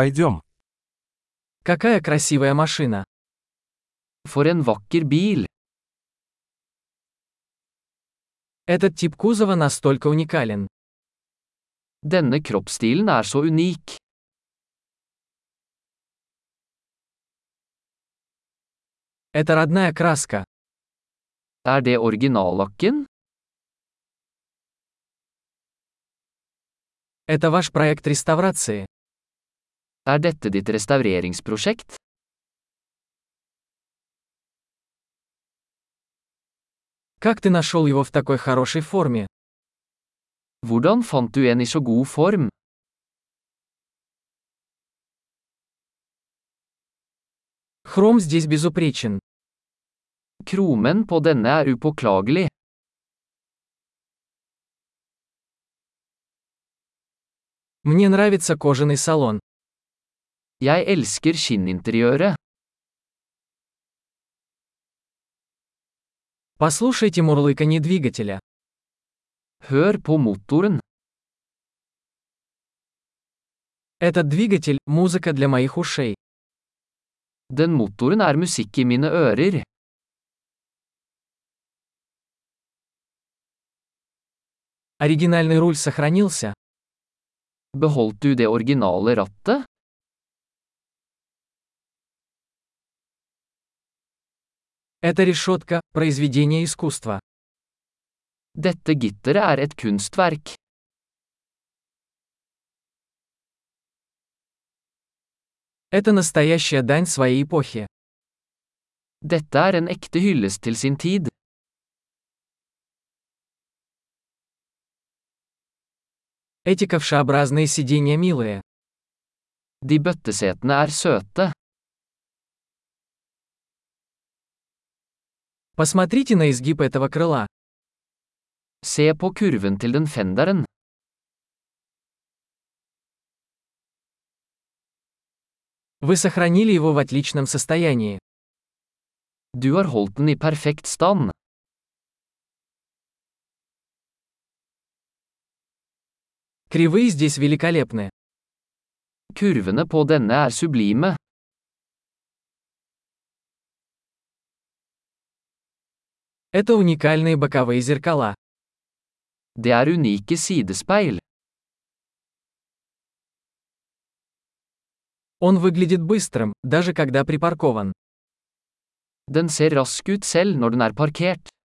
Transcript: Пойдем. Какая красивая машина. For en vakker bil! Этот тип кузова настолько уникален. Denne kroppsstilen er så unik. Это родная краска. Er det originallakken? Это ваш проект реставрации. Er dette ditt restaureringsprosjekt? Как ты нашел его в такой хорошей форме? Hvordan fant du en i så god form? Хром здесь безупречен. Kromen på denne er upåklagelig. Мне нравится кожаный салон. Jeg elsker skinninteriøret. Послушайте мурлыканье двигателя. Hør på motoren. Этот двигатель – музыка для моих ушей. Den motoren er musikk i mine ører. Оригинальный руль сохранился. Beholdt du det originale rattet? Эта решетка – произведение искусства. Dette gitteret er et kunstverk. Это настоящая дань своей эпохи. Dette er en ekte hyllest til sin tid. Эти ковшеобразные сиденья милые. De bøttesetene er søte. Посмотрите на изгиб этого крыла. Se på kurven til den fenderen. Вы сохранили его в отличном состоянии. Du har holdt den i perfekt stand. Кривые здесь великолепны. Kurvene på denne er sublime. Это уникальные боковые зеркала. Det er unike sidespeil. Он выглядит быстрым, даже когда припаркован. Den ser rask ut selv når den er parkert.